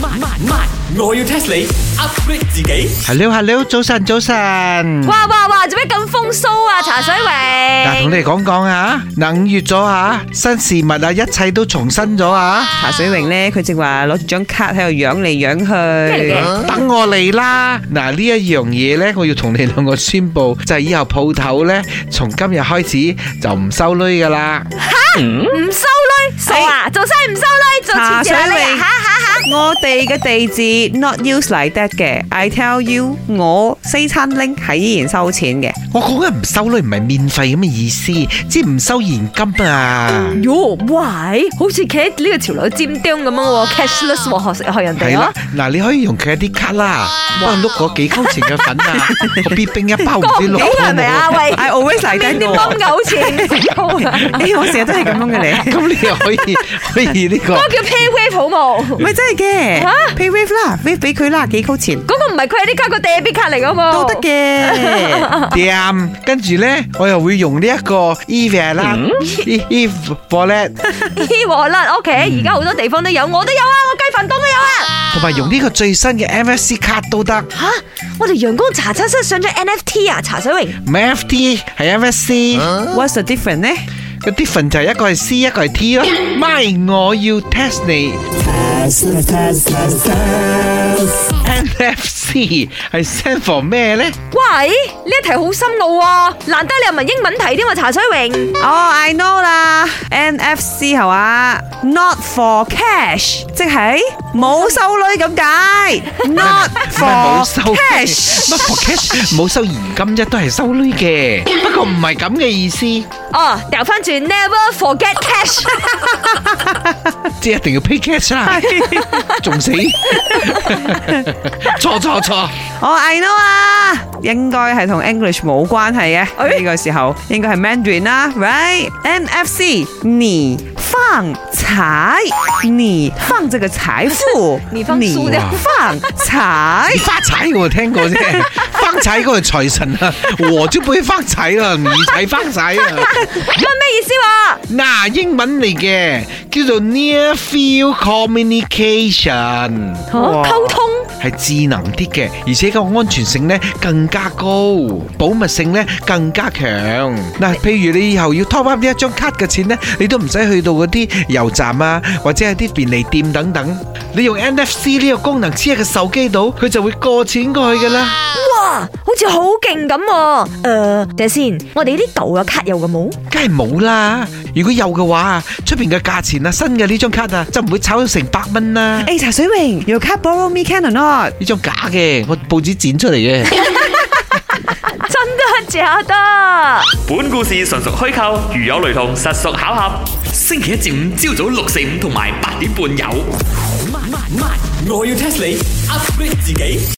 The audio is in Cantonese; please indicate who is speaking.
Speaker 1: 慢慢慢，我要 test 你 upgrade 自己。
Speaker 2: Hello Hello，早晨早晨。
Speaker 3: 哇哇哇！做咩咁風騷啊，茶水
Speaker 2: 嗱，同
Speaker 3: 榮？
Speaker 2: 你哋講講啊，能月咗啊，新事物啊，一切都重新咗啊，
Speaker 4: 茶水榮咧，佢正話攞住張卡喺度養嚟養去
Speaker 3: 咩嚟嘅，
Speaker 2: 等我嚟啦！嗱，呢一樣嘢呢，我要同你兩個宣布，就係以後鋪頭呢，從今日開始就唔收女噶啦。
Speaker 3: 唔收女，傻啊！做西唔收女，做
Speaker 4: 茶
Speaker 3: 黐
Speaker 4: 水
Speaker 3: 住你
Speaker 4: 榮
Speaker 3: 啊！嚇嚇嚇！
Speaker 4: 我哋嘅地址 not use like that 嘅，I tell you，我西餐拎係依然收錢嘅。
Speaker 2: 我講嘅唔收女唔係免費咁嘅意思，即係唔收現金啊。
Speaker 3: 喲，喂，好似企喺呢個潮流尖端咁樣喎，cashless 喎，學學人
Speaker 2: 係
Speaker 3: 哋哦
Speaker 2: 啦
Speaker 3: 咯。，
Speaker 2: 嗱，你可以用佢一啲卡啦，幫我碌嗰幾公錢嘅粉 啊，個必冰一包唔
Speaker 3: 講
Speaker 2: 知
Speaker 3: 唔
Speaker 2: 碌
Speaker 3: 到係咪啊？喂，
Speaker 4: I always like
Speaker 3: 邊
Speaker 4: that
Speaker 3: 啲
Speaker 4: 嘅
Speaker 3: 泵嘅好似唔知道 啊？
Speaker 4: 喎，誒，我成日都係咁樣嘅 你。
Speaker 2: 咁你又可以可以呢個
Speaker 3: 嗰個哦叫 PayWave 好冇？
Speaker 4: 唔係真係嘅，pay wave 啦，wave 俾佢啦，幾高錢
Speaker 3: 嗰個唔係 credit card 個 debit card 嚟嗰個。
Speaker 4: 都得 嘅。
Speaker 2: 掂，跟住咧我又會用呢一個 Eva 啦，Eva Wallet，
Speaker 3: 咦我啦，OK，而家好多地方都有，我都有啊，我雞飯檔都有啊。
Speaker 2: 同埋用呢個最新嘅 MSC 卡都得，
Speaker 3: 吓，我哋陽光茶餐室上咗 NFT 啊，茶水榮。
Speaker 2: 唔係 FT 係 MSC，
Speaker 4: What's the difference 咧？
Speaker 2: 個 difference 就係一個係 C 一個係 T 咯。My 我要 test 你，NFC 係 stand for 咩咧？
Speaker 3: 喂，呢一題好深奧啊，難得你又問英文題添喎，茶水榮。
Speaker 4: 哦、i Oh, know 啦，NFC 係嘛？Not for cash，即係冇收女咁解。Not
Speaker 2: 唔 係冇
Speaker 4: for
Speaker 2: 收
Speaker 4: cash，
Speaker 2: 乜 for cash 冇收現金啫，都係收呢嘅。不過唔係咁嘅意思，
Speaker 3: 哦，掉翻轉 Never forget cash。
Speaker 2: 即係一定要 pay cash 啦，仲 死？錯錯錯！
Speaker 4: 我 Oh, I know 啊，應該係同 English 冇關係嘅。呢個時候應該係 Mandarin 啦，right？NFC 你放財，你放這個財富，
Speaker 3: 你放書的
Speaker 4: 放財
Speaker 2: 你。 發財我聽過啫， 發財嗰個係財神啊，我就不會發財啦，你才發財啊！
Speaker 3: 咁咩意思話？
Speaker 2: 嗱，英文嚟嘅叫做 near field communication，
Speaker 3: 嚇哦溝通
Speaker 2: 係智能啲嘅，而且個安全性咧更加高，保密性咧更加強。嗱，譬如你以後要 top up 呢一張卡嘅錢咧，你都唔使去到嗰啲油站啊，或者係啲便利店等等，你用 NFC 呢個功能黐喺個手機度，佢就會過錢過去噶啦。
Speaker 3: 哇，啊好似好勁咁喎。誒，等下先，我哋呢啲舊嘅卡有嘅冇？
Speaker 2: 梗係冇啦！如果有嘅話，出邊嘅價錢啊，新嘅呢張卡啊，就唔會炒到成百蚊啦。
Speaker 4: 誒，茶水榮，Your card borrow me can or not？
Speaker 2: 呢張假嘅，我報紙剪出嚟嘅。
Speaker 3: 真的假的？
Speaker 1: 本故事純屬虛構，如有雷同，實屬巧合。星期一至五朝早六四五同埋八點半有。慢慢慢，我要 test 你 upgrade 自己。